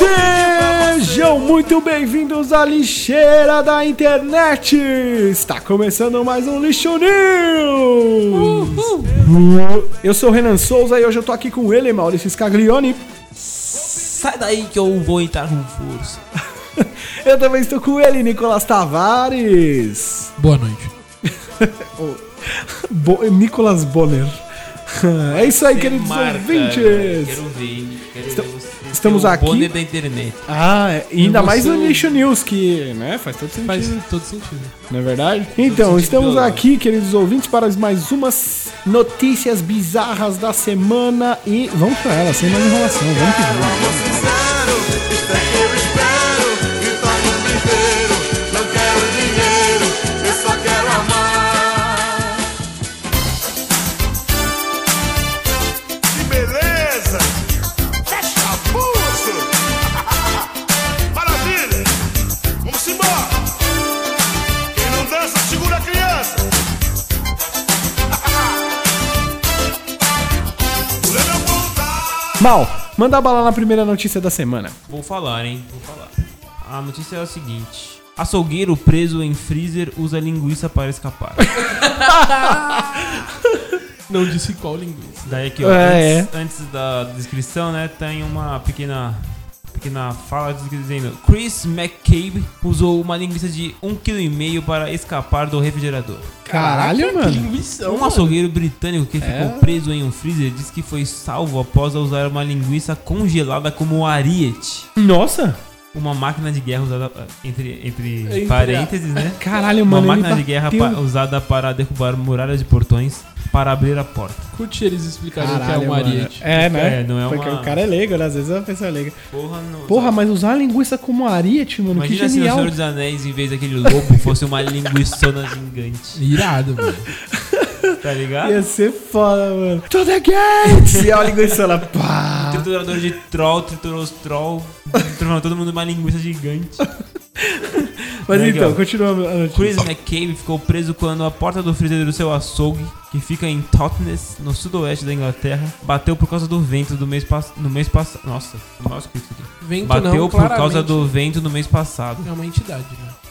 Sejam muito bem-vindos à lixeira da internet! Está começando mais um Lixo News! Eu sou o Renan Souza e hoje eu tô aqui com ele, Maurício Scaglione. Sai daí que eu vou entrar com força. Eu também estou com ele, Nicolas Tavares. Boa noite. Bo- Nicolas Bonner. É isso aí, queridos Marca, né? ouvintes! Quero ver, quero Estam- ver você estamos ser o aqui. Bonner da internet. Ah, é, e ainda Eu mais no sou- Lixo News, que né, faz todo sentido. Faz todo sentido. Não é verdade? Então, sentido estamos violado. aqui, queridos ouvintes, para mais umas notícias bizarras da semana e vamos pra ela, sem mais enrolação, vamos que vamos. sincero, isto é que eu espero. Gritar no viveiro, não quero dinheiro, eu só quero amar. Que beleza! Que chapuço! Maravilha! Vamos embora! Quem não dança, segura a criança! O Leão voltar! Mal, manda bala na primeira notícia da semana. Vou falar, hein? Vou falar. A notícia é a seguinte: açougueiro preso em freezer usa linguiça para escapar. Não disse qual linguiça. Daí aqui, ó, É, antes, antes da descrição, né, tem uma pequena pequena fala dizendo: Chris McCabe usou uma linguiça de 1,5 kg para escapar do refrigerador. Caralho, mano. Linguiça. Um açougueiro britânico É? que ficou preso em um freezer diz que foi salvo após usar uma linguiça congelada como ariete. Nossa. Uma máquina de guerra usada ah, entre, entre, parênteses, né? Caralho, Uma mano. ele máquina de guerra bateu. pa- usada para derrubar muralhas de portões para abrir a porta. Curti eles explicarem o que é Caralho, um mano. ariete. É, né? É, não é Porque uma- o cara é leigo, né? Às vezes a pessoa é leiga. Porra, não. Porra, mas usar a linguiça como ariete, mano, Imagina que se o genial. Senhor dos Anéis, em vez daquele lobo, fosse uma linguiçona gigante. É Irado, mano. Tá ligado? Ia ser foda, mano. To the gates! E a linguiça lá, pá. Triturador de troll, triturou os troll, transformou todo mundo numa linguiça gigante. Mas Legal. então, continuando a notícia. Chris McCabe ficou preso quando a porta do freezer do seu açougue, que fica em Totnes, no sudoeste da Inglaterra, bateu por causa do vento do mês pass- no mês passado. Nossa, mal escrito aqui. Vento Bateu não, por causa claramente. do vento no mês passado. É uma entidade,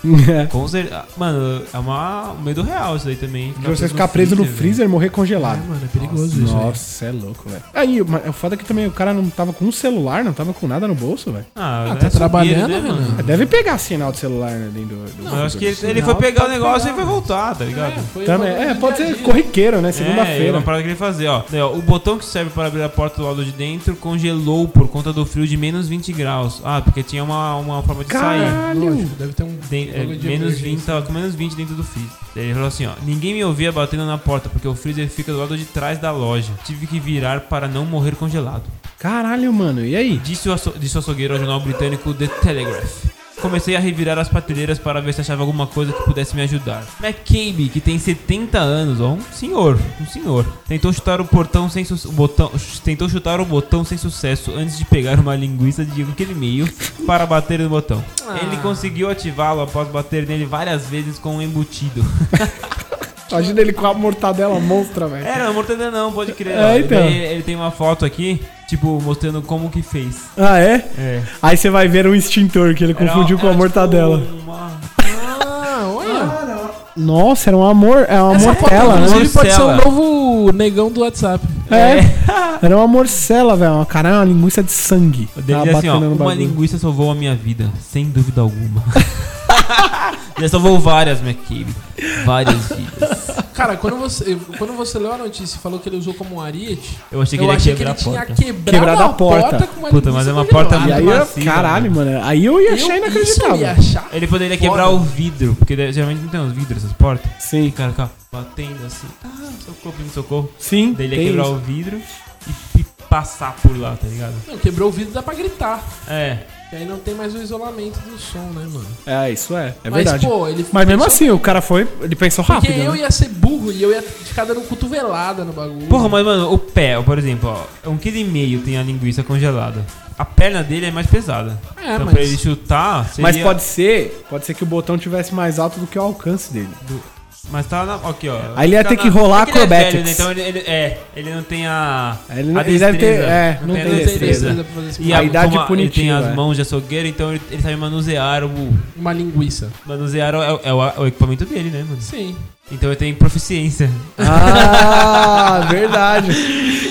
né? Com certeza. Mano, é uma... um medo real isso aí também. hein? De você ficar preso no freezer e morrer congelado. É, mano, é perigoso isso. aí. Nossa, é louco, velho. Aí, mas o foda é que também o cara não tava com um celular, não tava com nada no bolso, velho. Ah, Ah, é tá açougueiro, trabalhando, né, Renan? mano? Deve pegar sinal de celular né, dentro do. do Mas eu acho que ele, ele Sinal foi pegar tá o negócio e pegado. foi voltar, tá ligado? Foi Também, uma- é, pode ser corriqueiro, né? É, é Segunda-feira. uma parada que ele fazia, ó. Daí, ó, O botão que serve para abrir a porta do lado de dentro congelou por conta do frio de menos 20 graus. Ah, porque tinha uma, uma forma de sair. Lógico, deve ter um. De- é, bagulho de menos emergência. 20, tava com menos 20 dentro do freezer. Daí ele falou assim, ó. Ninguém me ouvia batendo na porta, porque o freezer fica do lado de trás da loja. Tive que virar para não morrer congelado. Caralho, mano, e aí? Disse o, aço, disse o açougueiro ao jornal britânico The Telegraph. Comecei a revirar as prateleiras para ver se achava alguma coisa que pudesse me ajudar. McCabe, que tem 70 anos, ó, um senhor, um senhor, tentou chutar o portão sem su- o botão, tentou chutar o botão sem sucesso antes de pegar uma linguiça de um quilo e meio para bater no botão. Ele conseguiu ativá-lo após bater nele várias vezes com um embutido. Imagina ele com a mortadela monstra, velho. Era, não mortadela não, pode crer. É, ó. então. Daí ele, tem uma foto aqui, tipo mostrando como que fez. Ah, é? É. Aí você vai ver um extintor que ele Era- confundiu com era a tipo mortadela. uma- Ah, olha. Nossa, era um amor. É uma mortela, né? Inclusive, pode ser o Marcela. novo negão do WhatsApp. É. Era uma morcela, velho. Uma cara, é uma linguiça de sangue. Dele Tava diz assim, ó, batendo no uma bagulho. linguiça salvou a minha vida, sem dúvida alguma. Já salvou várias, McCabe. Várias vidas. Cara, quando você, quando você leu a notícia e falou que ele usou como um ariete, Eu achei que eu ele ia achei que quebrar ele a tinha porta. quebrado, Quebrado a a porta, porta. com uma Puta, mas é uma linguiça porta E congelada. aí, massiva, caralho, mano. Aí eu ia achar Tá né? Eu- isso inacreditável. eu ia achar Ele poderia Foda. quebrar o vidro, porque daí, geralmente não tem uns vidros essas portas. E Sim, o cara fica batendo assim, ah, socorro, pedindo socorro. sim. é Daí ele ia tem quebrar isso. o vidro e, e passar por lá, tá ligado? Não, quebrou o vidro, dá pra gritar. É, E aí não tem mais o isolamento do som, né, mano? É, isso é. É Mas, verdade. pô, ele Mas mesmo pensou- assim, o cara foi. Ele pensou Porque rápido. eu né? ia ser burro e eu ia ficar dando cotovelada no bagulho. Porra, mas mano, o pé, ó, por exemplo, ó, um quilo e meio tem a linguiça congelada. A perna dele é mais pesada. É, então mas- pra ele chutar, seria... Mas pode ser. Pode ser que o botão tivesse mais alto do que o alcance dele. Mas tá na. Aqui, ó. Aí ele ia tá ter na- que rolar é que ele é velho, acrobatics. né? Então ele, ele- É, ele não tem a. Ele não- a ele deve ter- destreza. é, não a tem destreza. pra fazer esse E A a, idade idade como a- punitiva, Ele tem é. as mãos de açougueiro, então ele, ele sabe manusear o. Uma linguiça. Manusear o- é, o- é o, é o equipamento dele, né, mano? Sim. Então ele tem proficiência. Ah, verdade.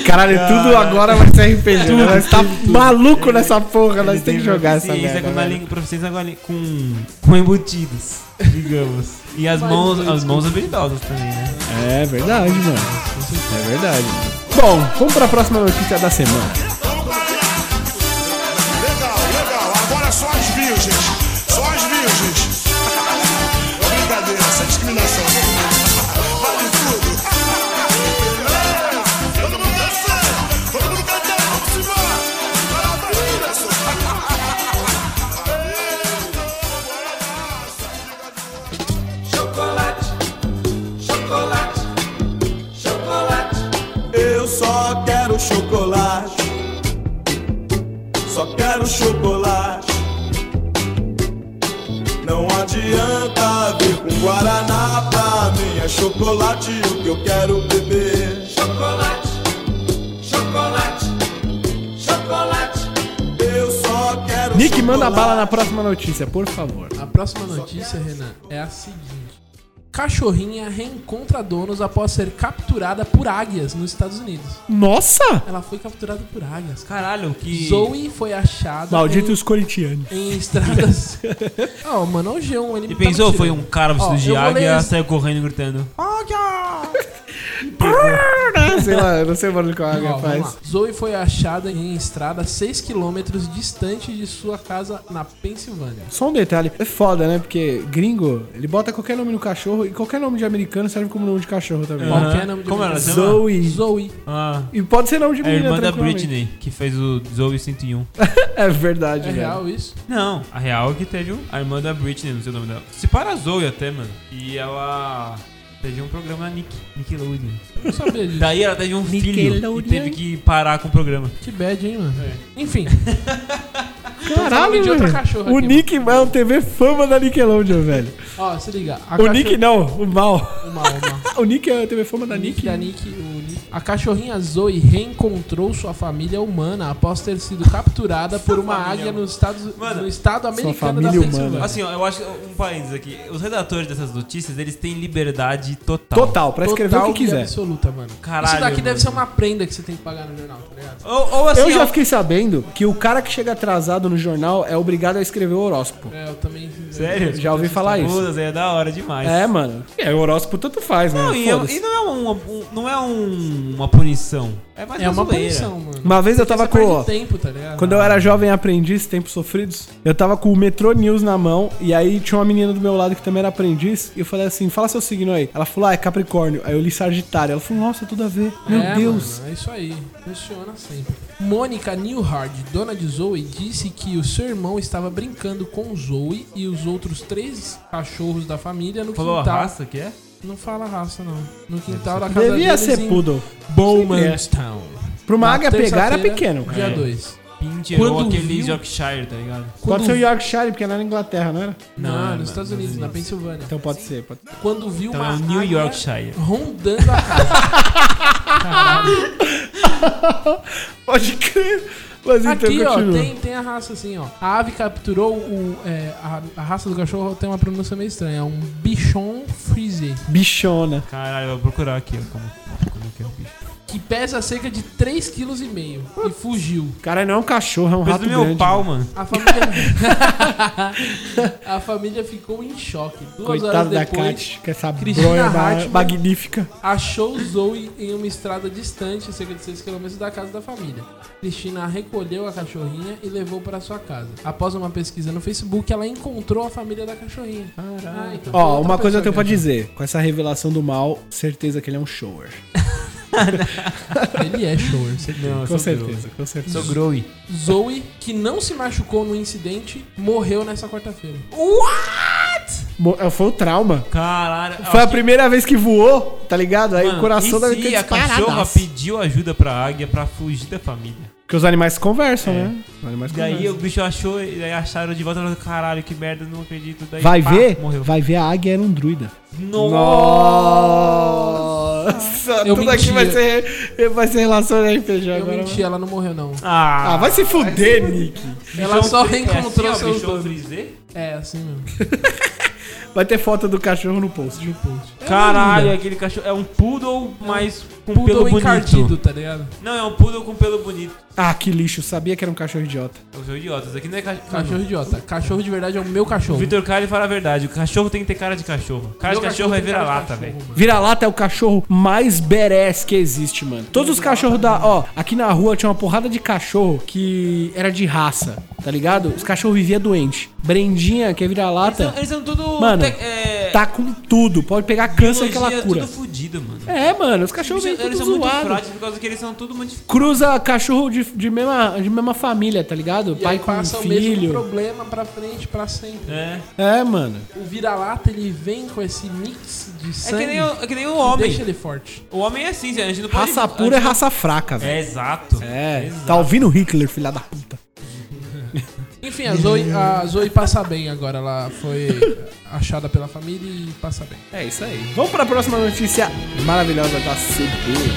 Caralho, tudo agora vai ser RPG. né? Nós tá maluco nessa porra, nós Ele tem que jogar essa proficiência merda. né? com a velho. língua, proficiência com, a língua- com, com embutidos, digamos. E as Mas mãos, dois as mãos habilidosas também, né? É verdade, mano. É verdade. Bom, vamos pra próxima notícia da semana. Legal, legal. Agora só as virgens. Só as virgens. É brincadeira, sem discriminação. Vale tudo. É. Todo mundo dançando. Todo mundo cantando. Vamos embora. Maravilha, senhor. Eu só quero chocolate. Só quero chocolate. Não adianta vir com Guaraná pra mim. É chocolate o que eu quero beber. Chocolate, chocolate, chocolate. Eu só quero Nick, manda chocolate. bala na próxima notícia, por favor. A próxima notícia, Renan, é a seguinte. Cachorrinha reencontra donos após ser capturada por águias nos Estados Unidos. Nossa! Ela foi capturada por águias. Caralho, que. Zoe foi achada Maldito os corintianos. em, em estradas... Ah, o mano, é o G1. Ele E tá pensou, me tirando. foi um cara vestido Ó, de eu vou águia, ler- saiu correndo gritando. sei lá, eu não sei o barulho que a águia Ó, vamos lá. faz. Zoe foi achada em estrada 6 km distante de sua casa na Pensilvânia. Só um detalhe, é foda, né? Porque gringo, ele bota qualquer nome no cachorro e qualquer nome de americano serve como nome de cachorro também. Qual que é Aham. o nome do Como ela menino? chama? Zoe. Zoe. Ah, E pode ser nome de é a menina irmã da tranquilamente. Britney, que fez o Zoe 101. É verdade, É velho. real isso? Não, a real é que teve um- a irmã da Britney, não sei o nome dela. Se para a Zoe até, mano. E ela teve um programa na Nick, Nickelodeon. Eu não sabia Tá. disso. Daí ela teve um filho e teve que parar com o programa. Que bad, hein, mano? É. Enfim. Caralho, de outra velho. cachorra O aqui, Nick é um TV fama da Nickelodeon, velho. Ó, se liga. A O cachor- Nick não, o mal. Uma, uma. O Nick é a TV fama da O Nick Nick. da Nick, o Nick. A cachorrinha Zoe reencontrou sua família humana após ter sido capturada por uma família águia nos Estados, Mano, no estado americano da família humana. Pensilvânia. Assim, ó, eu acho um parênteses aqui. Os redatores dessas notícias, eles têm liberdade total. Total, pra escrever Total o que quiser. e absoluta, mano. Caralho, Isso daqui mano. deve ser uma prenda que você tem que pagar no jornal, tá ligado? Ou, ou assim, Eu já ó, fiquei sabendo que o cara que chega atrasado no jornal é obrigado a escrever o horóscopo. É, eu também. Sério? Já ouvi falar isso. Todas, é da hora demais. É, mano. É, o horóscopo tanto faz, né? Não, e, eu- Foda-se. e não é, uma, um- não é um- uma punição. É mais É uma zoeira. punição, mano. Uma vez eu tava Você perde com. tempo, tá ligado? Quando eu era jovem aprendiz, tempos sofridos, eu tava com o Metro News na mão e aí tinha uma menina do meu lado que também era aprendiz e eu falei assim: fala seu signo aí. Ela falou: ah, é Capricórnio. Aí eu li Sagitário. Ela falou: nossa, tudo a ver. Meu É, Deus. mano, é isso aí. Funciona sempre. Mônica Newhard, dona de Zoe, disse que o seu irmão estava brincando com Zoe e os outros três cachorros da família no Falou a quintal. raça que é? Não fala raça, não. No quintal da casa Devia deles ser em poodle. Bowmanstown. Pra uma Na águia pegar era terça-feira, pequeno. cara. Dia É. 2. Pinter ou Quando aquele viu- Yorkshire, tá ligado? Pode ser o Yorkshire, porque era na Inglaterra, não era? Não, Não, nos não, Estados nos Unidos, na Unidos. Pensilvânia. Então pode ser. Pode... ser. Quando viu Então uma é o New águia Yorkshire. rondando a casa. Pode crer. Mas então Aqui, ó, continua. tem, tem a raça assim, ó. A ave capturou o. é, a, a raça do cachorro tem uma pronúncia meio estranha. É um bichon frise, Bichona. Caralho, eu vou procurar aqui, ó. Como, como que é o bicho. que pesa cerca de 3,5 kg e fugiu. Cara, não é um cachorro, é um Mas rato do meu grande. pau, mano. A família. a família ficou em choque. Duas Coitado da horas depois, Kat, que essa Cristina bronha ma- Hartmann- magnífica. achou Zoe em uma estrada distante, cerca de 6 km da casa da família. Cristina recolheu a cachorrinha e levou para sua casa. Após uma pesquisa no Facebook, ela encontrou a família da cachorrinha. Ah, então foi Ó, outra uma coisa eu tenho pessoa pra que achou. dizer. Com essa revelação do mal, certeza que ele é um shower. Ele é shower, você Não, eu Com sou certeza, com certeza. Growy. Sou Growy. Zoe, que não se machucou no incidente, morreu nessa quarta-feira. Mo- é, Foi o trauma. Caralho. Foi a acho que- primeira vez que voou, tá ligado? Aí mano, o coração e deve se ter a cachorra disparado. pediu ajuda pra águia pra fugir da família. Porque os animais conversam, né? Os animais Daí o conversam. bicho achou, e daí acharam de volta e falaram, caralho, que merda, não acredito. Daí, Vai pá, ver? Morreu. Vai ver a águia era um druida. Nossa! Nossa, Eu tudo aqui menti. vai ser, vai ser relação de RPG Eu agora. né? menti, ela não morreu, não. Ah, Ah, vai se fuder, Nick. Ela só reencontrou é assim, ó, seus bichão donos. frisê? É, assim mesmo. Vai ter foto do cachorro no post. De um post. Caralho, aquele cachorro é um poodle, mas com pelo É um Poodle bonito. encardido, tá ligado? Não, é um poodle com pelo bonito. Ah, que lixo. Sabia que era um cachorro idiota. Eu sou idiota, isso aqui não é cachorro. Cachorro idiota. Cachorro de verdade é o meu cachorro. Vitor Kali fala a verdade, o cachorro tem que ter cara de cachorro. Cara Meu de cachorro, é tem cara de vira-lata, cachorro, velho. mano. Vira-lata é o cachorro mais badass que existe, mano. Todos os cachorros da. Ó, aqui na rua tinha uma porrada de cachorro que era de raça, tá ligado? Os cachorros viviam doente. Brendinha, que é vira-lata, Eles são tudo. Mano, tec- é, tá com tudo. Pode pegar câncer que ela biologia cura. tudo fudido, mano. É, mano, os cachorros vêm Eles, tudo são muito zoados. frágeis por causa que eles são tudo muito. Cruza cachorro de, de, mesma, de mesma família, tá ligado? E Pai aí com passa o mesmo filho. problema pra frente, pra sempre. É. É, mano. O vira-lata, ele vem com esse mix de É que, sangue nem o, é que nem o que homem. deixa ele forte. O homem é assim, a gente não pode. Raça a gente pura é não- raça fraca, velho. É, exato. É, Exato. tá ouvindo o Hitler, filha da puta. Enfim, a Zoe, a Zoe passa bem agora. Ela foi achada pela família e passa bem. É isso aí. Vamos para a próxima notícia maravilhosa da CB.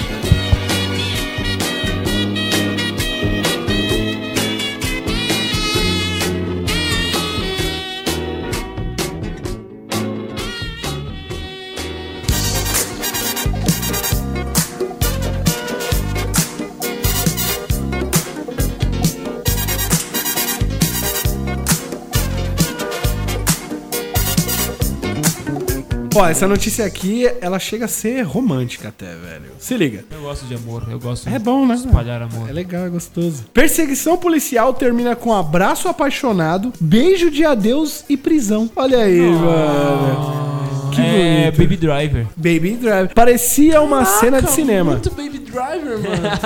Ó, essa notícia aqui, ela chega a ser romântica até, velho. Se liga. Eu gosto de amor, eu gosto É bom, né? de espalhar amor. É legal, é gostoso. Perseguição policial termina com abraço apaixonado, beijo de adeus e prisão. Olha aí, mano. Que é bonito. Baby Driver. Baby Drive. Parecia uma cena de Caraca, cinema. Muito Baby Driver, mano.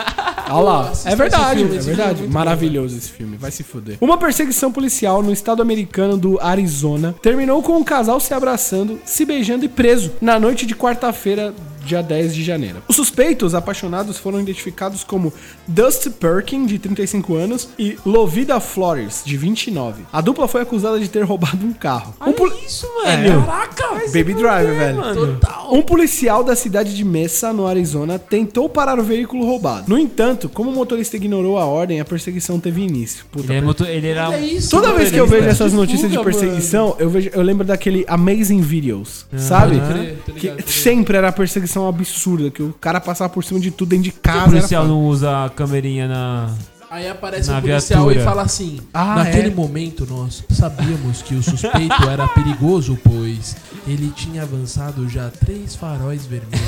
Olha lá, Assista é verdade, esse filme, é esse filme é verdade. muito Maravilhoso esse filme, vai se fuder. Uma perseguição policial no estado americano do Arizona terminou com um casal se abraçando, se beijando e preso na noite de quarta-feira, dia 10 de janeiro. Os suspeitos apaixonados foram identificados como Dusty Perkin, de 35 anos, e Lovida Flores, de 29. A dupla foi acusada de ter roubado um carro. Um poli- é isso, velho. Caraca, vai se Baby Driver, fuder, velho. Mano. Um policial da cidade de Mesa, no Arizona, tentou parar o veículo roubado. No entanto, como o motorista ignorou a ordem, a perseguição teve início. Puta, Ele, é motor- ele era. É isso, Toda mano. vez que eu vejo essas Que notícias de fuga, perseguição, eu, vejo, eu lembro daquele Amazing Videos, sabe? Tô ligado, tô ligado. Que sempre era perseguição absurda, que o cara passava por cima de tudo dentro de O casa. policial era foda. não usa a câmerinha na. Aí aparece Na o policial viatura. e fala assim: Ah, Naquele é? momento nós sabíamos que o suspeito era perigoso, pois ele tinha avançado já três faróis vermelhos.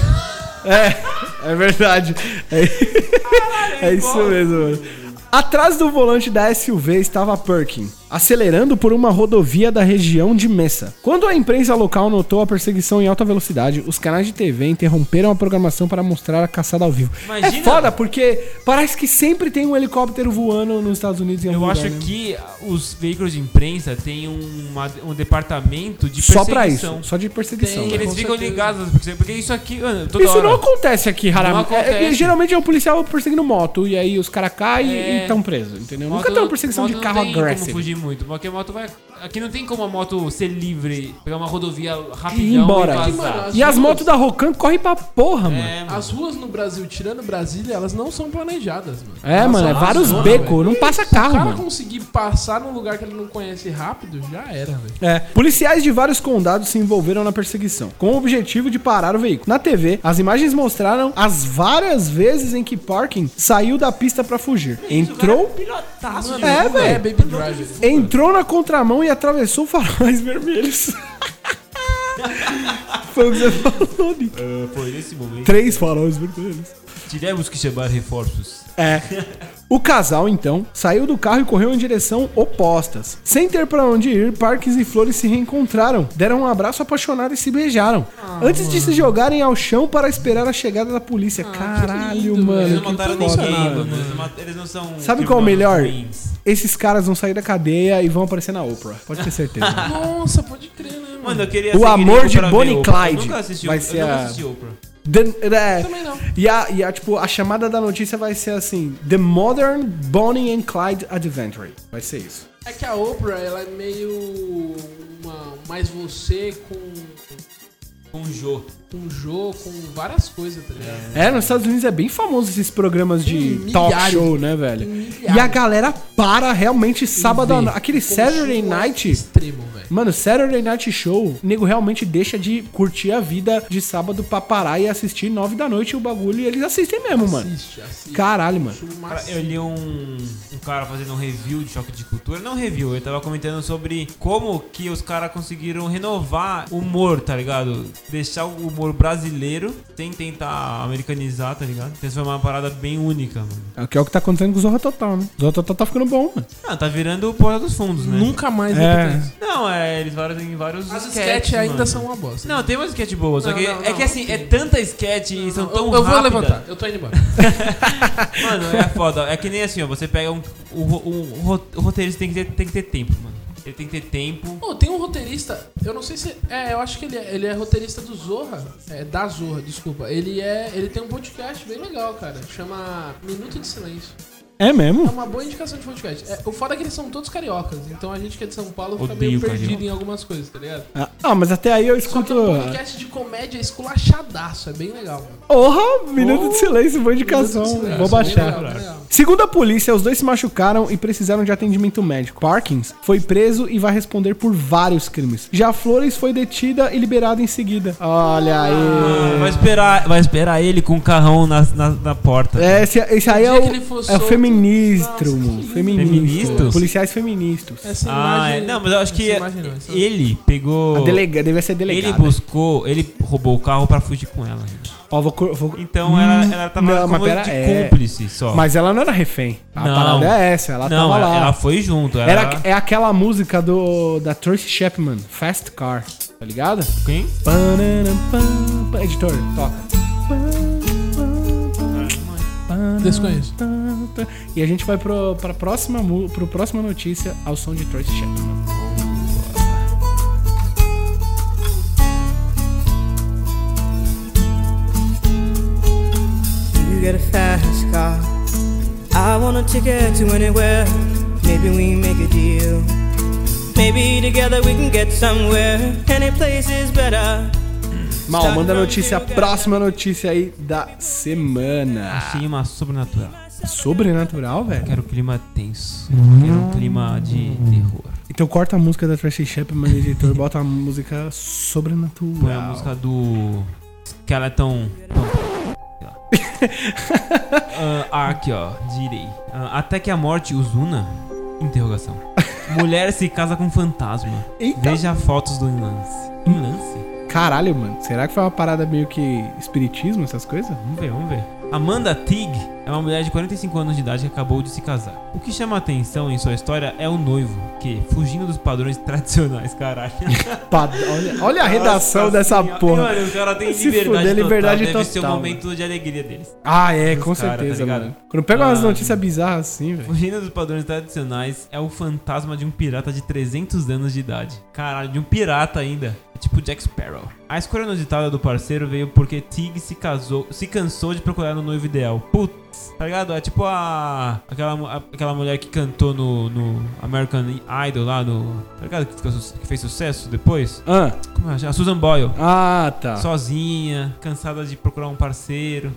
É, é verdade. É, é isso mesmo, mano. Atrás do volante da SUV estava Perkin, acelerando por uma rodovia da região de Mesa. Quando a imprensa local notou a perseguição em alta velocidade, os canais de TV interromperam a programação para mostrar a caçada ao vivo. É Imagina- foda, porque parece que sempre tem um helicóptero voando nos Estados Unidos em algum Eu lugar, acho né? que os veículos de imprensa têm uma- um departamento de Só pra isso, perseguição. só de perseguição. Tem Que né? eles Com ficam certeza. ligados, porque- porque isso aqui, mano, toda Isso hora. não acontece aqui, raramente. Não acontece. É, é, geralmente é o policial perseguindo moto, e aí os caras caem É. e estão presos, entendeu? Moto- Nunca tem uma perseguição moto de carro não tem agressivo. como fugir muito, porque a moto vai... Aqui não tem como a moto ser livre, pegar uma rodovia rapidão E ir embora. e Mano, vazar. E as motos da Rocan correm pra porra, mano. É, mano. As ruas no Brasil, tirando Brasília, elas não são planejadas, mano. É, mano, é vários zona, becos, não passa Se o carro, cara mano. conseguir passar num lugar que ele não conhece rápido, já era, velho. É. Policiais de vários condados se envolveram na perseguição, com o objetivo de parar o veículo. Na TV, as imagens mostraram as várias vezes em que Parkin saiu da pista pra fugir. Entrou, Pilotaço. Mano, É, não velho. É Baby Driver. entrou na contramão e atravessou faróis vermelhos. Foi o que você falou, Nick. É, Foi nesse momento. Três faróis vermelhos. Tivemos que chamar reforços. É. O casal, então, saiu do carro e correu em direção opostas. Sem ter pra onde ir, Parques e Flores se reencontraram, deram um abraço apaixonado e se beijaram. antes de se jogarem ao chão para esperar a chegada da polícia. Caralho, lindo, mano. Eles não que mataram foda, ninguém, mano. mano. Eles não mat- Eles não são... né? Sabe qual é o criminosos melhor? ruins. Esses caras vão sair da cadeia e vão aparecer na Oprah. Pode ter certeza. Nossa, pode crer, né, mano? Mano, eu queria O ser amor gringo de pra Bonnie ver Oprah. Clyde Eu nunca assisti vai Oprah. ser Eu nunca a- assisti Oprah. The- é, Também não. E a, e a, tipo, a chamada da notícia vai ser assim: The Modern Bonnie and Clyde Adventure. Vai ser isso. É que a Oprah, ela é meio uma mais você com, Com o Jô. com jogo, com várias coisas, tá ligado? É, nos Estados Unidos é bem famoso esses programas de Tem talk milhares. show, né, velho? Tem milhares. E a galera para realmente sábado à vê. noite. Aquele Com Saturday jogo Night. é Extremo, velho. Mano, Saturday Night Show, o nego realmente deixa de curtir a vida de sábado pra parar e assistir nove da noite o bagulho e eles assistem mesmo, mano. Assiste, assiste. Caralho, mano. Cara, eu li um, um cara fazendo um review de choque de cultura. Não review, ele tava comentando sobre como que os caras conseguiram renovar o humor, tá ligado? Deixar o humor brasileiro sem tentar americanizar, tá ligado? Transformar uma parada bem única, mano. É o que é o que tá acontecendo com o Zorra Total, né? O Zorra Total tá ficando bom, mano. Ah, tá virando o Porta dos Fundos, né? Nunca mais É. repita isso. Não, é, eles vários, tem vários As sketch, sketches ainda mano. são uma bosta. Não, tem uma sketch boa, só Não, que não, é não. que assim, é tanta sketch e são Eu- tão eu, vou rápida. levantar, eu tô indo embora. Mano, é foda. É que nem assim, ó. Você pega um. O, ro- o ro- o roteirista tem que, ter, tem que ter tempo, mano. Ele tem que ter tempo. Pô, tem um roteirista, eu não sei se. É, eu acho que ele é, ele é roteirista do Zorra. É, da Zorra, desculpa. Ele é. Ele tem um podcast bem legal, cara. Chama Minuto de Silêncio. É É mesmo? uma boa indicação de podcast. É, o foda é que eles são todos cariocas, então a gente que é de São Paulo fica Odeio meio perdido carioca. em algumas coisas, tá ligado? Ah, Ah, mas até aí eu Só que escuto. é um podcast de comédia esculachadaço, é bem legal, mano. Porra, minuto de silêncio, boa indicação. Oh, Minuto de Silêncio, é Vou bem baixar. legal, tá bem legal. Segundo a polícia, os dois se machucaram e precisaram de atendimento médico. Parkins foi preso e vai responder por vários crimes. Já Flores foi detida e liberada em seguida. Ah. Olha aí. Vai esperar, vai esperar ele com o carrão na, na, na porta. É, esse, esse aí O é dia o, que ele for é o solto- feministro, Nossa, mano. que Feministo. Feministas? Policiais feministas. Essa Ah, é. imagem. Não, mas eu acho que essa imagem não, essa- ele pegou. A Delega, deve ser delegada. Ele buscou, ele roubou o carro pra fugir com ela. gente. Ó, vou, co- vou- Então ela, ela tava Hum, Não, mas como pera- de é. cúmplice só. Mas ela não era refém. A Não. parada é essa, ela não, tava ela, lá. ela foi junto. Ela, Era, é aquela música do da Tracy Chapman, Fast Car, tá ligado? Quem? Pananam, pam, pam. Editor, toca. Desconheço. E a gente vai pro, pra próxima, mu- pro próxima notícia ao som de Tracy Chapman. You got a fast car. I want a ticket to anywhere. Maybe we make a deal. Maybe together we can get somewhere. Any place is better. Mal, manda a notícia, a próxima notícia aí da semana. Clima sobrenatural. Sobrenatural, velho. Quero um clima tenso. Hum. Quero um clima de terror. Então corta a música da Tracy Chapman, editor, bota a música sobrenatural. Foi a música do é Skeleton. Ah, aqui, ó. Direi. Ah, até que a morte os una? Interrogação. Mulher se casa com fantasma. Eita. Veja fotos do Um Inlance. Inlance? Caralho, mano. Será que foi uma parada meio que espiritismo, essas coisas? Vamos ver, vamos ver. Amanda Tig é uma mulher de 45 anos de idade que acabou de se casar. O que chama a atenção em sua história é o noivo, que, fugindo dos padrões tradicionais, caralho. Pad- Olha, olha a redação Nossa dessa senhora. porra. Olha, o cara tem Se liberdade, fuder, liberdade total. Deve ser o total, momento de alegria deles. Ah, é, Os com cara, tá certeza, ligado? mano. Quando pega umas Ah. notícias bizarras assim, velho. Fugindo dos padrões tradicionais, é o fantasma de um pirata de 300 anos de idade. Caralho, de um pirata ainda. É tipo Jack Sparrow. A escolha inusitada do parceiro veio porque Tig se casou, se cansou de procurar no noivo ideal. Putz, tá ligado? É tipo a aquela, mu- a- aquela mulher que cantou no, no American Idol lá no, tá ligado? Que, ficou su- que fez sucesso depois. Ah, Como é? A Susan Boyle. ah, tá. sozinha, cansada de procurar um parceiro.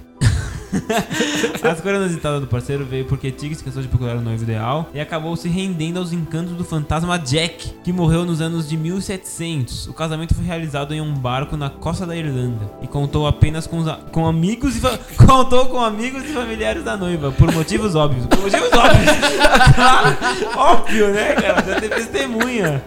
As coisas inusitadas do parceiro veio porque Tig se cansou de procurar o noivo ideal e acabou se rendendo aos encantos do fantasma Jack, que morreu nos anos de 1700. O casamento foi realizado em um barco na costa da Irlanda e contou apenas com, os a- com amigos e fa- contou com amigos e familiares da noiva, por motivos óbvios. Por motivos óbvios. Claro, óbvio, né, cara? Já teve testemunha.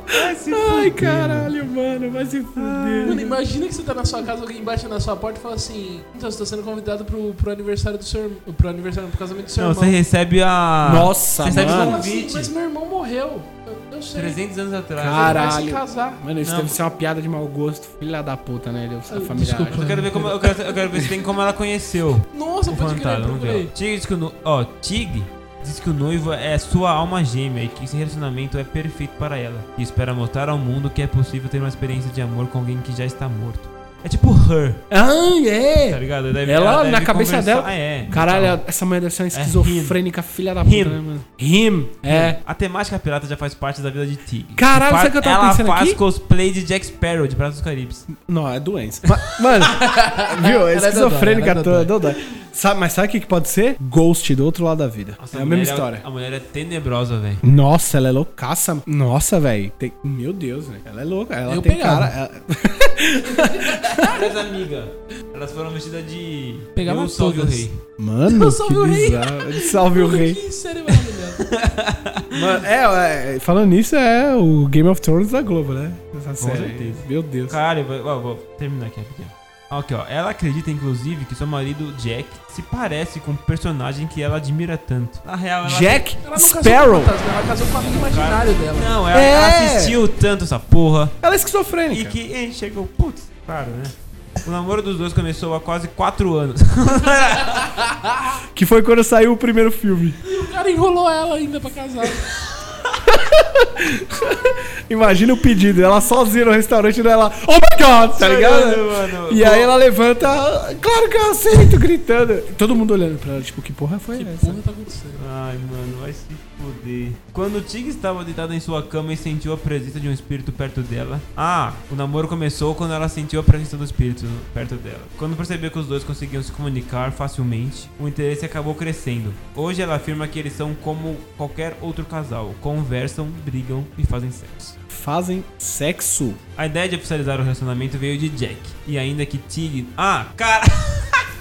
Ai, caralho, mano, vai se Mano, fuder. imagina que você tá na sua casa, alguém bate na sua porta e fala assim: Então, você tá sendo convidado pro, pro aniversário do seu irmão. Pro aniversário, pro casamento do seu Não, irmão. você recebe a Nossa, Ah. você recebe o mano. Fala assim, convite. mas meu irmão morreu. Eu, eu sei. 300 anos atrás. Cara, Ele vai se Caralho. casar. Mano, isso Não. deve ser uma piada de mau gosto, filha da puta, né? Deus, A Ah, família desculpa. acha. Eu quero ver como eu quero, eu quero ver se tem como ela conheceu Nossa, o pode crer, fantasma. Vamos ver. procurei. ó. Tig diz que o no... ó, Tig diz que o noivo é sua alma gêmea e que esse relacionamento é perfeito para ela e espera mostrar ao mundo que é possível ter uma experiência de amor com alguém que já está morto. É tipo her, Ah, tá é! ligado? Deve- Ela, deve na cabeça conversar- dela. Ah, é. Caralho, Então, essa mulher deve ser uma esquizofrênica, filha da puta, Him. né, mano? Him, é. A temática pirata já faz parte da vida de Tig. Caralho, Faz- sabe o que eu tava Ela pensando faz aqui? cosplay de Jack Sparrow, de Piratas dos Caribes. Não, é doença. Ma- Mano, viu? É Era esquizofrênica dodói, era toda, dodói. Sabe, mas sabe o que que pode ser? Ghost do outro lado da vida. é Nossa, a mesma mulher história. A mulher é tenebrosa, velho. Nossa, ela é loucaça. Nossa, velho. Tem- Meu Deus, velho. Ela é louca. Ela Eu tem pegava. cara. ela- Minhas amigas, elas foram vestidas de... Pegava Eu salve o todas. rei. Mano, salve o que rei. bizarro. Ele Salve o rei. Que né? série maravilhosa. Mano, é, é, falando nisso, é o Game of Thrones da Globo, né? Essa série. certeza. Meu Deus. Cara, eu vou, ó, vou terminar aqui rapidinho. Ok, ó. Ela acredita, inclusive, que seu marido, Jack, se parece com um personagem que ela admira tanto. Ah, Na real, ela... Jack Ela não Sparrow. casou com fantasma, ela casou com o amigo imaginário dela. Não, ela, É! ela assistiu tanto essa porra. Ela é E esquizofrênica. que enxergou... Putz, claro, né? O namoro dos dois começou há quase 4 anos. que foi quando saiu o primeiro filme. O cara enrolou ela ainda pra casar. Imagina o pedido, ela sozinha no restaurante dela, oh my god, tá ligado? Mano, E aí ela levanta, claro que eu aceito, gritando. Todo mundo olhando pra ela, tipo, que porra foi Que essa? porra tá acontecendo? Ai, mano, vai se foder. Quando o Tig estava deitado em sua cama e sentiu a presença de um espírito perto dela. Ah, o namoro começou quando ela sentiu a presença do espírito perto dela. Quando percebeu que os dois conseguiam se comunicar facilmente, o interesse acabou crescendo. Hoje ela afirma que eles são como qualquer outro casal: conversam, brigam e fazem sexo. Fazem sexo. A ideia de oficializar o relacionamento veio de Jack. E ainda que Tig. Ah, cara!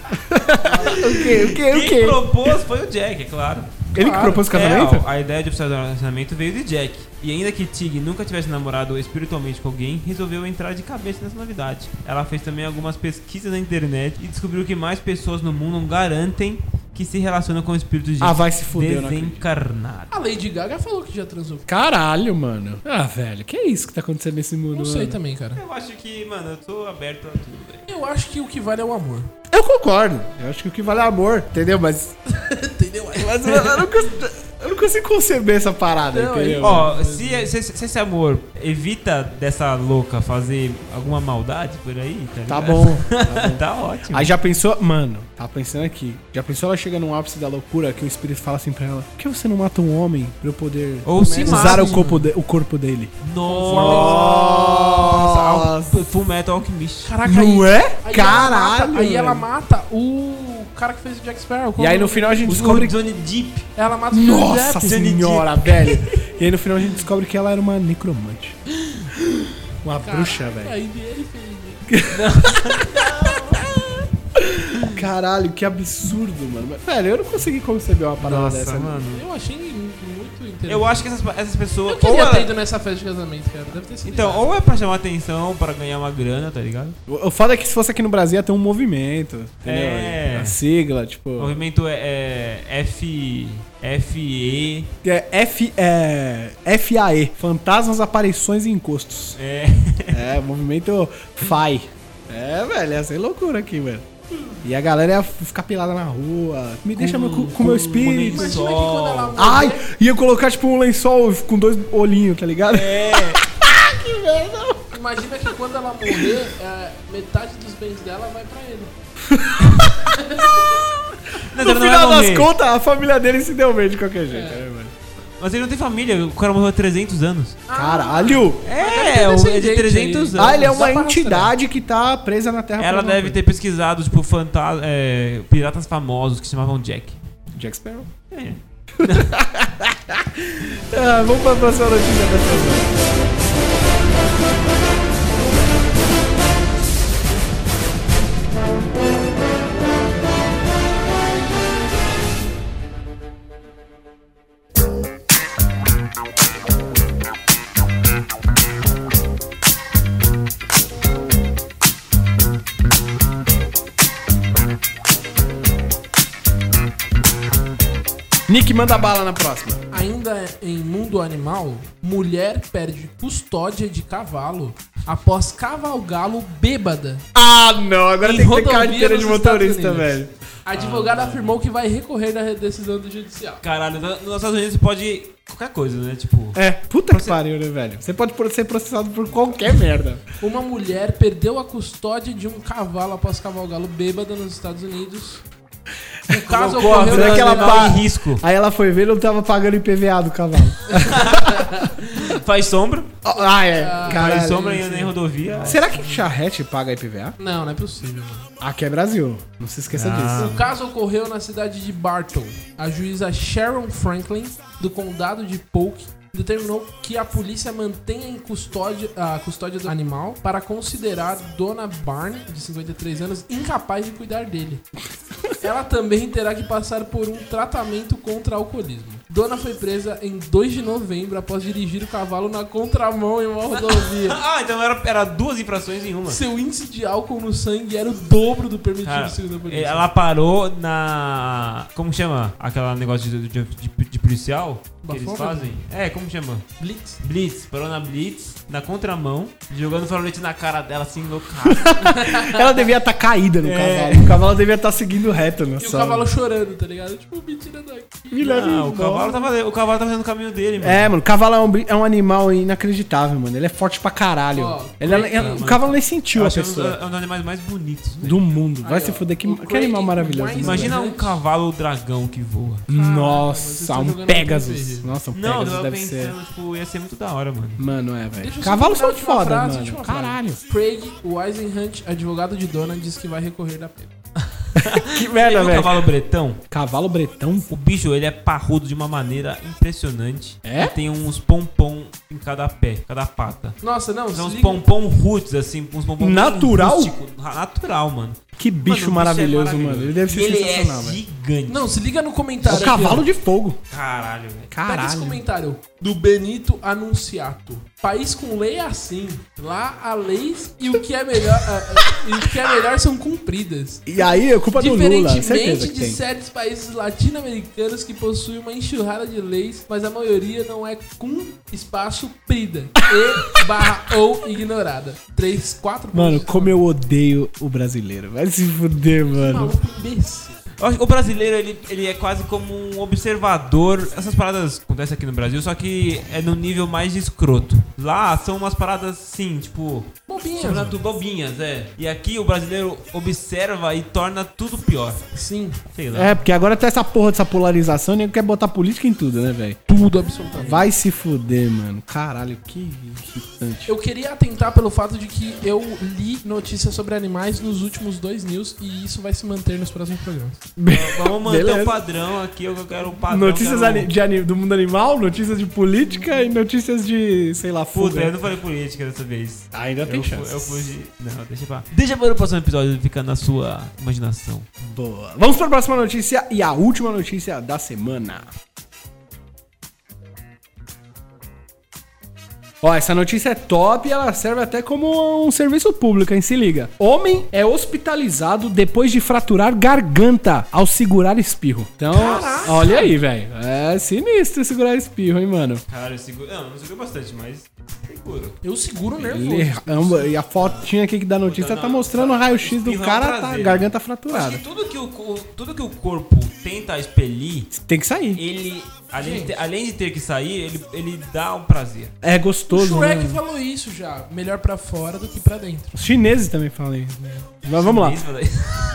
O quê? O quê? O Quem quê? propôs foi o Jack, é claro. Ele que propôs o casamento? É, a ideia de oficializar o relacionamento veio de Jack. E ainda que Tig nunca tivesse namorado espiritualmente com alguém, resolveu entrar de cabeça nessa novidade. Ela fez também algumas pesquisas na internet e descobriu que mais pessoas no mundo garantem que se relacionam com espíritos de Ah, vai se fuder, eu não acredito. desencarnado. A Lady Gaga falou que já transou. Caralho, mano. Ah, velho, que é isso que tá acontecendo nesse mundo? Não sei mano? também, cara. Eu acho que, mano, eu tô aberto a tudo, velho. Eu acho que o que vale é o amor. Eu concordo. Eu acho que o que vale é amor, entendeu? Mas. Entendeu? Mas eu, eu não cons- eu não consigo conceber essa parada, Não, entendeu? Ó, se, se- se esse amor evita dessa louca fazer alguma maldade por aí, tá Tá ligado? bom. tá ótimo. Aí já pensou, mano, tá pensando aqui. Já pensou ela chega num ápice da loucura que o espírito fala assim pra ela: Por que você não mata um homem pra eu poder Ou se usar mata, o corpo, de- o corpo dele? Nossa! Nossa. Full Metal Alchemist. Caraca, Não aí- é? aí Caralho! Ela mata, aí ela velho. mata o cara que fez o Jack Sparrow. E Como aí o no nome final a gente Os descobre é Descobre... que. Johnny Deep. dele? Ela mata o Johnny Nossa Depp. Johnny senhora, velho! E aí no final a gente descobre que ela era uma necromante. Uma bruxa, velho. Aí ele fez. Caralho, que absurdo, mano. Mas, velho, eu não consegui conceber uma parada Nossa, dessa. né? mano. Eu achei muito interessante. Eu acho que essas, essas Eu pessoas. ou queria ela- ter ido nessa festa de casamento, cara. Deve ter sido. Então, ou é pra chamar atenção, ou pra ganhar uma grana, tá ligado? O o foda é que se fosse aqui no Brasil ia ter um movimento, entendeu? É. A sigla, tipo... O movimento é, é F. FE. É, F, é, FAE, Fantasmas, Aparições e Encostos. É. É, movimento FAI. É, velho, ia ser loucura aqui, velho. E a galera ia f- ficar pelada na rua. Me deixa meu, cu- com um o meu espírito. boneco. Imagina que quando ela morrer, Ai, ia colocar tipo um lençol com dois olhinhos, tá ligado? É. imagina que quando ela morrer, é, metade dos bens dela vai pra ele. Não, No ela não vai final das morrer. contas, a família dele se deu bem de qualquer jeito, né, velho? Mas ele não tem família, o cara morreu há 300 anos. Caralho! É, deve ter é de descendente 300 aí. anos. Ah, ele é Só uma pra entidade que tá presa na Terra. Ela deve ter pesquisado, tipo, fanta- é, piratas famosos que se chamavam Jack. ter. Jack Sparrow. É. Ah, vamos pra próxima notícia da semana. Nick, manda bala na próxima. Ainda em mundo animal, mulher perde custódia de cavalo após cavalgá-lo bêbada. Ah, não, agora Em tem que ter rodovia carteira de nos motorista, Estados Unidos. velho. Ah. A advogada afirmou que vai recorrer da decisão do judicial. Caralho, nos Estados Unidos você pode qualquer coisa, né? Tipo, É, puta que pariu, né, velho? Você pode por- ser processado por qualquer merda. Uma mulher perdeu a custódia de um cavalo após cavalgá-lo bêbada nos Estados Unidos. O caso Colocou a ocorreu vida Será que ela animal pa- é em risco. Aí ela foi ver, não tava pagando IPVA do cavalo. faz sombra, ah, é. faz Caralho. sombra ainda em rodovia. Será que charrete paga IPVA? Não, não é possível, mano. Aqui é Brasil. Não se esqueça O Um caso ocorreu na cidade de Barton. A juíza Sharon Franklin, do condado de Polk, determinou que a polícia mantenha em custódia a custódia do animal para considerar Dona Barney, de 53 anos, incapaz de cuidar dele. Ela também terá que passar por um tratamento contra alcoolismo. Dona foi presa em 2 de novembro após dirigir o cavalo na contramão em uma rodovia. Ah, então era, era duas infrações em uma. Seu índice de álcool no sangue era o dobro do permitido Cara, é, segundo a polícia. ela parou na. Como chama? Aquela negócio de, de- de- de policial que eles Bafômetro? fazem? É, como chama? Blitz. Blitz. Parou na Blitz, na contramão, jogando farolete na cara dela, assim, loucaço. disso. Ela devia estar caída no É. cavalo. O cavalo devia estar seguindo reto né, Ah, na E o sala. cavalo chorando, tá ligado? Tipo, me tira daqui. Me leva Ah, o embora. cavalo, tava, o cavalo tava fazendo o caminho dele, mano. É, mano, o cavalo é um, bri- é um animal inacreditável, mano. Ele é forte pra caralho. Ó, Ele- Craig, ele- o cavalo nem sentiu Eu a acho que é um dos- pessoa. é um dos animais mais bonitos. né? Do mundo. Vai Aí, se ó, fuder. Que, o que Craig animal maravilhoso. mais- né? Imagina um Gigante. cavalo dragão que voa. Nossa, Caralho, mas eu tô um jogando Pegasus. RPG. Nossa, um Não, eu Pegasus tava deve pensando, ser. tipo, ia ser muito da hora, mano. Mano, é, velho. Deixa eu só Cavalos terminar a são última foda, frase, mano. última frase. Caralho. Craig Weisenhunt, advogado de Dona, diz que vai recorrer da pena. Que Ele é merda, um velho. cavalo bretão. Cavalo bretão. O bicho, ele é parrudo de uma maneira impressionante. É? E tem uns pompom em cada pé, cada pata. Nossa, não, se São uns liga. pompom roots, assim, uns pompom bem Natural? rústico. Ah, natural, mano. Que bicho Mano, o bicho é maravilhoso, mano. Ele deve E ser ele sensacional, é velho. gigante. Não, se liga no É comentário. o aqui, ó. cavalo de fogo. Caralho, velho. Pega esse Caralho. comentário do Benito Anunciato. País com lei é assim. Lá há leis e o que é melhor, ah, ah, e o que é melhor são cumpridas. E aí, é culpa do Lula. Certeza Diferentemente que de tem. certos países latino-americanos que possuem uma enxurrada de leis, mas a maioria não é com espaço prida e barra ou ignorada. 3, 4 Mano, como eu odeio o brasileiro. Vai se fuder, mano. Maluco imbecil. Eu acho que O brasileiro, ele, ele é quase como um observador. Essas paradas acontecem aqui no Brasil, só que é no nível mais de escroto. Lá são umas paradas, sim, tipo, Bobinha. né? Torna tudo bobinhas, é. E aqui o brasileiro observa e torna tudo pior. Sim, Sei lá. É, porque agora tá essa porra dessa polarização, nem quer botar política em tudo, né, velho? tudo absolutamente. Vai se fuder, mano. Caralho, que irritante. Eu queria atentar pelo fato de que eu li notícias sobre animais nos últimos dois news e isso vai se manter nos próximos programas. Vamos manter Beleza. o padrão aqui, eu quero o padrão. Notícias quero... um ani- de ani- do mundo animal, notícias de política e notícias de, sei lá, Puta, eu fuga. não falei política dessa vez. Ainda Eu, fu- eu fugi. Não, deixa pra. Deixa para o próximo episódio ficar na sua imaginação. Boa. Vamos para a próxima notícia e a última notícia da semana. Ó, essa notícia é top e ela serve até como um serviço público, hein? Se liga. Homem é hospitalizado depois de fraturar garganta ao segurar espirro. Então, olha aí, velho. É sinistro segurar espirro, hein, mano? Caralho, eu seguro. Não, não seguro bastante, mas. Seguro. Eu seguro o nervoso. Ele amba- e a fotinha aqui que da notícia tá mostrando o raio-x do Espirro é um cara, tá, prazer. garganta Acho que fraturada. tudo que o, co- tudo que o corpo tenta expelir, Tem que sair. ele. Além de, ter, além de ter que sair, ele, ele dá um prazer. É O gostoso, né? Shrek falou isso já. Melhor pra fora do que pra dentro. Os chineses também falam isso. né? Mas vamos lá. Isso, falei.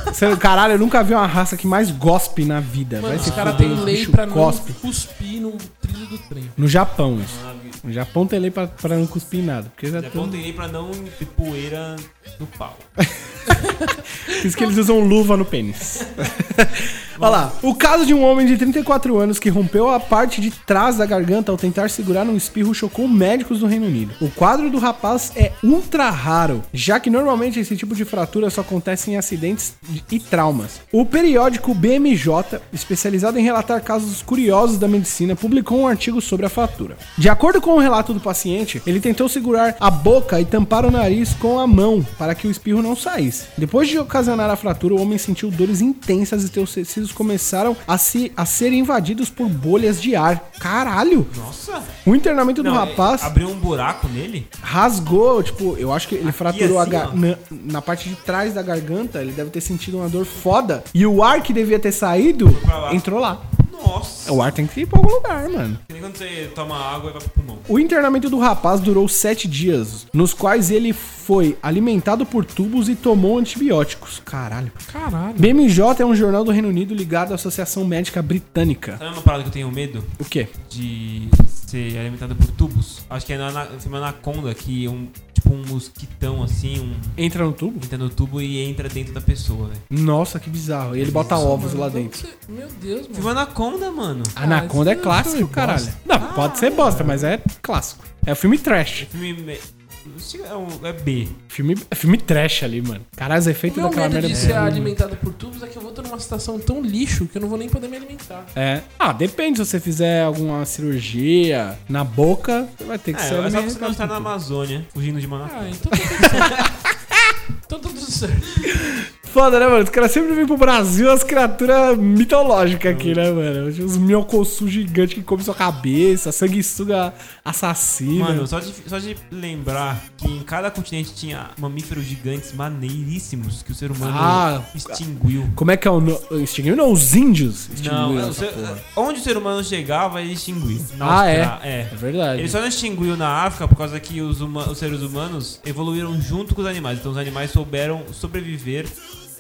Você- Caralho, eu nunca vi uma raça que mais gospe na vida. Mano, Vai os se caras fuder, têm os lei bicho pra não cospe. cuspir no trilho do trem. No Japão, isso. No Japão tem lei pra, pra não cuspir em nada. Porque já Já ponderei pra não ter poeira no pau. Por isso que eles usam luva no pênis. Olha lá. O caso de um homem de 34 anos que rompeu a parte de trás da garganta ao tentar segurar um espirro chocou médicos do Reino Unido. O quadro do rapaz é ultra raro, já que normalmente esse tipo de fratura só acontece em acidentes e traumas. O periódico BMJ, especializado em relatar casos curiosos da medicina, publicou um artigo sobre a fratura. De acordo com o relato do paciente, ele tentou segurar a boca e tampar o nariz com a mão para que o espirro não saísse. Depois de ocasionar a fratura, o homem sentiu dores intensas e seus tecidos começaram a, se, a ser invadidos por bolhas de ar. Caralho! Nossa! O internamento do Não, rapaz é- Abriu um buraco nele? rasgou, tipo, eu acho que ele fraturou assim, a gar- ó. na, na parte de trás da garganta, ele deve ter sentido uma dor foda. E o ar que devia ter saído pra lá. entrou lá. Nossa! O ar tem que ir pra algum lugar, mano. Que nem quando você toma água e vai pro pulmão. O internamento do rapaz durou sete dias, nos quais ele foi alimentado por tubos e tomou antibióticos. Caralho. Caralho. BMJ é um jornal do Reino Unido ligado à Associação Médica Britânica. Sabe uma parada que eu tenho medo? O quê? de ser alimentado por tubos. Acho que é na, na filme Anaconda que um tipo um mosquitão assim, um Entra no tubo? entra no tubo e entra dentro da pessoa, né? velho. Nossa, que bizarro. E ele bota ovos lá dentro. Meu Deus, mano. Filme Tipo Anaconda, mano. Anaconda é Ah, isso clássico, foi caralho. bosta. Não, pode ser bosta, mas é clássico. É filme trash. Filme me- não sei, é, um- é B. Filme, é filme trash ali, mano. Caralho, os O efeitos meu daquela medo merda. de ser é- alimentado por tubos é que eu vou estar numa situação tão lixo que eu não vou nem poder me alimentar. É. Ah, depende. Se você fizer alguma cirurgia na boca, você vai ter É, que ser é só alimentado você não estar com na tudo. Amazônia, fugindo de Manaconda. Ah, então tá tudo certo. então tá tudo certo. Foda, né, mano? Os caras sempre vêm pro Brasil as criaturas mitológicas aqui, né, mano? Os minhocossu gigante que come sua cabeça, sanguessuga assassina. Mano, só de, só de lembrar que em cada continente tinha mamíferos gigantes maneiríssimos que o ser humano Ah. extinguiu. Como é que é o. No... Extinguiu? Não, os índios Não, extinguiram o essa ser- porra. onde o ser humano chegava, ele extinguiu. Ah, é? Austrália- É. É verdade. Ele só não extinguiu na África por causa que os, huma- os seres humanos evoluíram junto com os animais. Então os animais souberam sobreviver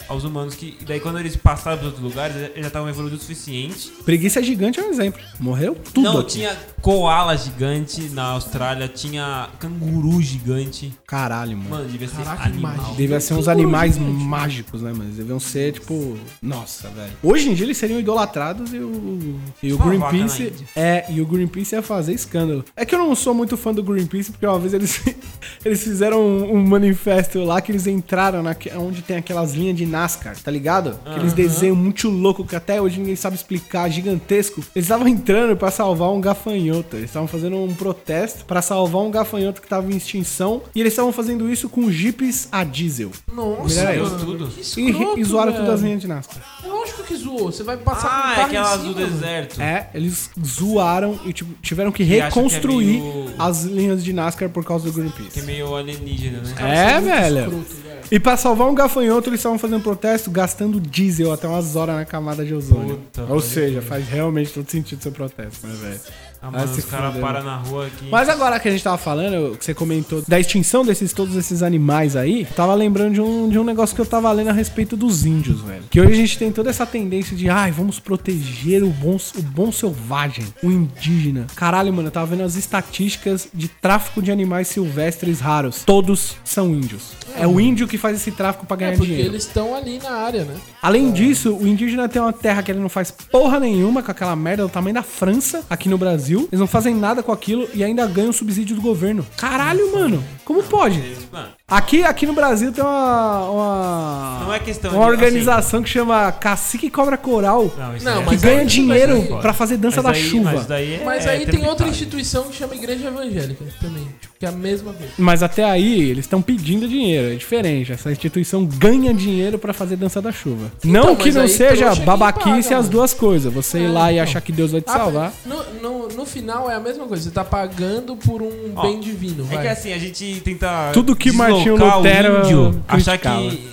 aos humanos que. E daí quando eles passaram para outros lugares, eles já estavam evoluídos o suficiente. Preguiça gigante é um exemplo. Morreu tudo. não, aqui. tinha koala gigante na Austrália, tinha canguru gigante. Caralho, mano. Mano, devia ser Caraca, animal. imagem. Devia ser uns animais mágicos, né, mano? Eles deviam ser, tipo. Nossa, velho. Hoje em dia eles seriam idolatrados e o. E o Uma Greenpeace. vaca na Índia. É, e o Greenpeace ia fazer escândalo. É que eu não sou muito fã do Greenpeace, porque uma vez eles, eles fizeram um, um manifesto lá que eles entraram na, onde tem aquelas linhas de NASCAR, tá ligado? Aqueles desenhos muito loucos que até hoje ninguém sabe explicar, gigantesco. Eles estavam entrando pra salvar um gafanhoto. Eles estavam fazendo um protesto pra salvar um gafanhoto que tava em extinção. E eles estavam fazendo isso com jipes a diesel. Nossa, Melhor é Deu mano. tudo. Que E, escroto, e zoaram velho. todas as linhas de NASCAR. É lógico que zoou. Você vai passar com um Ah, é carro em aquelas cima, do mano. deserto. tá É, eles zoaram e tipo, tiveram que E acham que é reconstruir meio- as linhas de NASCAR por causa do Greenpeace. Que é meio alienígena, né? É, velho. Escroto, velho. E pra salvar um gafanhoto, eles estavam fazendo protesto gastando diesel até umas horas na camada de ozônio. Puta Ou merda. seja, faz realmente todo sentido seu protesto, né, velho? Ah, Vai mano, se os caras fuder, param na rua aqui. Mas agora que a gente tava falando, que você comentou da extinção desses todos esses animais aí, eu tava lembrando de um, de um negócio que eu tava lendo a respeito dos índios, velho. Que hoje a gente tem toda essa tendência de, ai, vamos proteger o bom, o bom selvagem, o indígena. Caralho, mano, eu tava vendo as estatísticas de tráfico de animais silvestres raros. Todos são índios. É o índio que faz esse tráfico pra ganhar É porque dinheiro. eles estão ali na área, né? Além disso, o indígena tem uma terra que ele não faz porra nenhuma com aquela merda do tamanho da França aqui no Brasil. Eles não fazem nada com aquilo e ainda ganham subsídio do governo. Caralho, mano. Como pode? Mano, Aqui, aqui no Brasil tem uma. uma Não é questão Uma de- organização que chama Cacique Cobra Coral. não, isso Não, aí é- que mas ganha aí- dinheiro mas aí- pra fazer dança mas é da aí- chuva. Mas, daí é- Mas é aí tem outra tributário. instituição que chama Igreja Evangélica também. Tipo, que é a mesma coisa. Mas até aí eles estão pedindo dinheiro, é diferente. Essa instituição ganha dinheiro pra fazer dança da chuva. não que mas não aí seja trouxa que babaquice paga, as mano. duas coisas. Você ir É, lá e então. achar que Deus vai te salvar. Ah, No, no, no final é a mesma coisa. Você tá pagando por um Ó, bem divino, É vai. que assim, a gente tenta. Tudo que Martinho deslocar Lutero o índio, achar criticava. que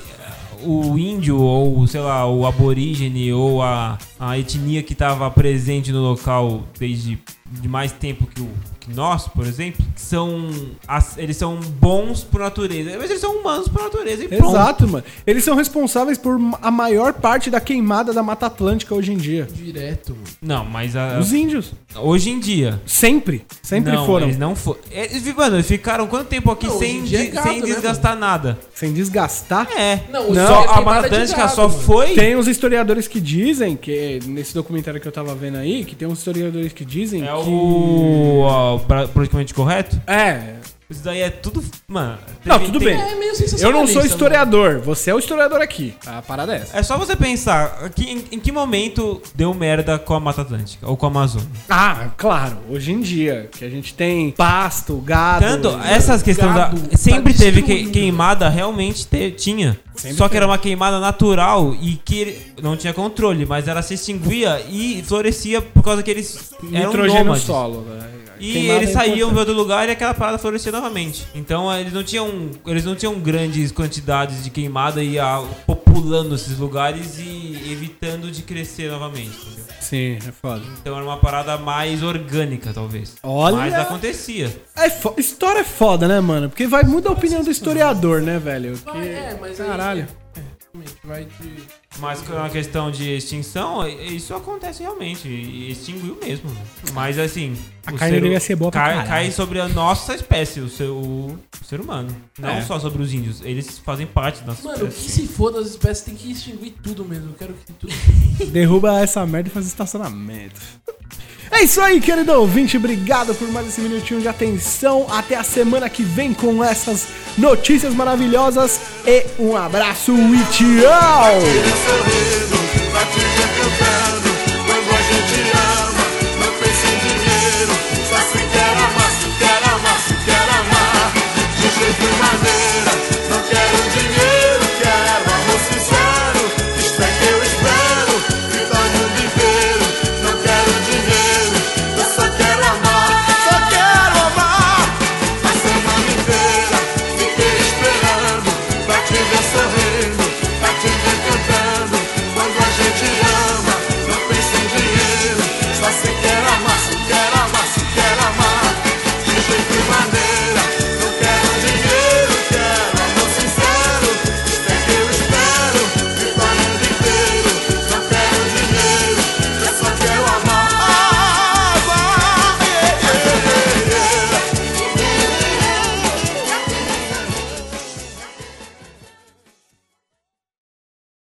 o índio, ou sei lá, o aborígene, ou a, a etnia que estava presente no local desde de mais tempo que, o, que nós, por exemplo, são. as- eles são bons por natureza. Mas eles são humanos por natureza e pronto. Exato, mano. Eles são responsáveis por a maior parte da queimada da Mata Atlântica hoje em dia. Direto, mano. Não, mas a- Os índios. hoje em dia. Sempre. Sempre É. não, foram. Eles não foram. Mano, eles ficaram quanto tempo aqui Não, hoje sem, em dia é de- gato, sem né, desgastar nada? Sem desgastar. É. Não, hoje em só, dia é a queimada Mata de Atlântica gato, só mano. foi. Tem uns historiadores que dizem, que nesse documentário que eu tava vendo aí, que tem uns historiadores que dizem É que. o. ó, pra- politicamente correto? É. Isso daí é tudo. Mano. Não, tem- tudo tem- bem. É meio Eu sensacionalista. não sou mano. historiador, você é o historiador aqui. A parada é essa. É só você pensar que, em, em que momento deu merda com a Mata Atlântica ou com a Amazônia. Ah, claro, hoje em dia, que a gente tem pasto, gado. Tanto, essas questões da. gado tá Sempre teve que- destruindo. queimada, realmente te- tinha. só que era uma queimada natural e que ele- não tinha controle, mas ela se extinguia e florescia por causa que eles eram nitrogênio no nômades. solo. né? é um E Queimada eles é saíam importante. do outro lugar e aquela parada florescia novamente. Então eh, eles não tinham, eles não tinham grandes quantidades de queimada e ia populando esses ah, lugares e evitando de crescer novamente. entendeu? Sim, é foda. Então era uma parada mais orgânica, talvez. Olha! Mas acontecia. É fo- História é foda, né, mano? Porque vai muda a opinião do historiador, né, velho? Vai, é, mas aí- Caralho. É, realmente, vai de. Mas com a questão de extinção, eh, isso acontece realmente. E extinguiu mesmo. Mas assim. A carne dele ia ser boa pra cai, caralho. cai sobre a nossa espécie, o ser, o ser humano. Não É. só sobre os índios. Eles fazem parte da nossa Mano, o que espécie. se for das espécies tem que extinguir tudo mesmo. Eu quero que tudo. Derruba essa merda e faz estacionamento. É isso aí, querido ouvinte. Obrigado por mais esse minutinho de atenção. Até a semana que vem com essas notícias maravilhosas. E um abraço e tchau! Sorriso, é